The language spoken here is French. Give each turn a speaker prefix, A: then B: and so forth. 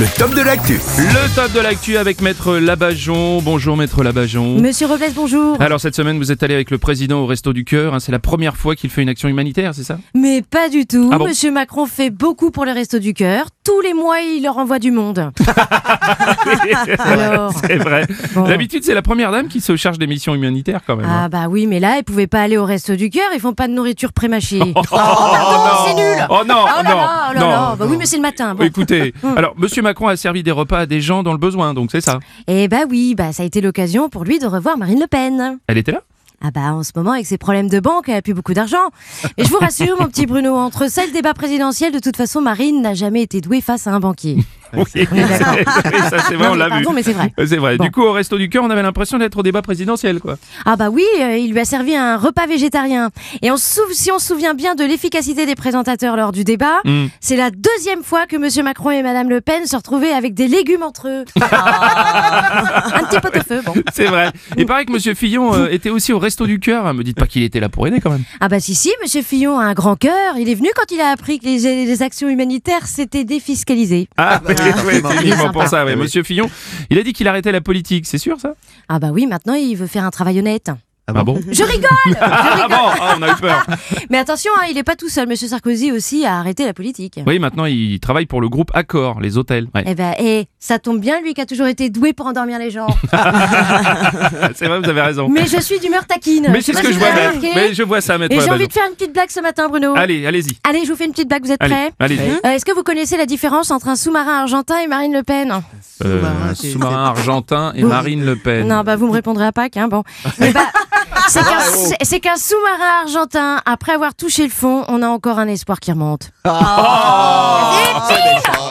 A: le top de l'actu.
B: Le top de l'actu avec Maître Labajon. Bonjour Maître Labajon.
C: Monsieur Robles, bonjour.
B: Alors cette semaine, vous êtes allé avec le président au Resto du Cœur. hein. c'est la première fois qu'il fait une action humanitaire, c'est ça
C: Mais pas du tout.
B: Ah bon
C: Monsieur Macron fait beaucoup pour les restos du cœur. Tous les mois, il leur envoie du monde. Alors.
B: C'est vrai.
C: Bon.
B: D'habitude, c'est la première dame qui se charge des missions humanitaires quand même. hein.
C: Ah bah oui, mais là, ils pouvaient pas aller au resto du cœur. Ils font pas de nourriture prémâchée. Oh,
B: non.
C: pardon, c'est nul.
B: Oh non,
C: Ah, oh là
B: non,
C: là, oh là
B: non.
C: là. Bah oui, mais c'est le matin. Bon.
B: Écoutez, alors Monsieur Macron a servi des repas à des gens dans le besoin, donc c'est ça.
C: Eh bah oui, bah ça a été l'occasion pour lui de revoir Marine Le Pen.
B: Elle était là
C: Ah bah en ce moment avec ses problèmes de banque, elle a plus beaucoup d'argent. Et je vous rassure mon petit Bruno, entre ça et le débat présidentiel, de toute façon Marine n'a jamais été douée face à un banquier.
B: Oui, c'est- oui, ça c'est vrai, on
C: Non, mais
B: l'a vu.
C: pardon, mais c'est vrai.
B: C'est vrai. Du
C: Bon.
B: coup, au Resto du Cœur, on avait l'impression d'être au débat présidentiel, quoi.
C: Ah bah oui, euh, il lui a servi un repas végétarien. Et on se sou- si on se souvient bien de l'efficacité des présentateurs lors du débat,
B: Hmm.
C: c'est la deuxième fois que Monsieur Macron et Madame Le Pen se retrouvaient avec des légumes entre eux. un petit pot de feu, bon.
B: C'est vrai. Et paraît que Monsieur Fillon euh, était aussi au Resto du Cœur. hein. Me dites pas qu'il était là pour aider quand même.
C: Ah bah si si, Monsieur Fillon a un grand cœur. Il est venu quand il a appris que les, les actions humanitaires s'étaient défiscalisées.
B: Ah, oui, oui, c'est
C: Il est
B: uniquement pour
C: sympa. Eh
B: ça, ouais. Monsieur Fillon. Il a dit qu'il arrêtait la politique, c'est sûr ça
C: Ah bah oui, maintenant il veut faire un travail honnête.
B: Ah bon
C: Je rigole, je
B: Ah
C: rigole.
B: bon Ah, on a eu peur.
C: Mais attention, hein, il n'est pas tout seul. Monsieur Sarkozy aussi a arrêté la politique.
B: Oui, maintenant il travaille pour le groupe Accor, les hôtels. Ouais.
C: Eh ben, eh, ça tombe bien, lui qui a toujours été doué pour endormir les gens.
B: C'est vrai, vous avez raison.
C: Mais je suis d'humeur taquine.
B: Mais c'est ce
C: sais
B: que
C: pas
B: je
C: si vous
B: vois,
C: avez
B: Maître.
C: remarqué.
B: Mais je vois ça, maître.
C: Et j'ai
B: Labajon.
C: envie de faire une petite blague ce matin, Bruno.
B: Allez, allez-y.
C: Allez, je vous fais une petite blague, vous êtes
B: Allez,
C: prêts
B: allez.
C: Euh, Est-ce que vous connaissez la différence entre un sous-marin argentin et Marine Le Pen
B: Euh, un Sous-marin argentin et
C: Oui.
B: Marine Le Pen.
C: Non, bah vous me répondrez à Pâques, hein, bon. Eh ben, c'est qu'un c'est- c'est qu'un sous-marin argentin, après avoir touché le fond, on a encore un espoir qui remonte.
B: Oh, c'est méchant.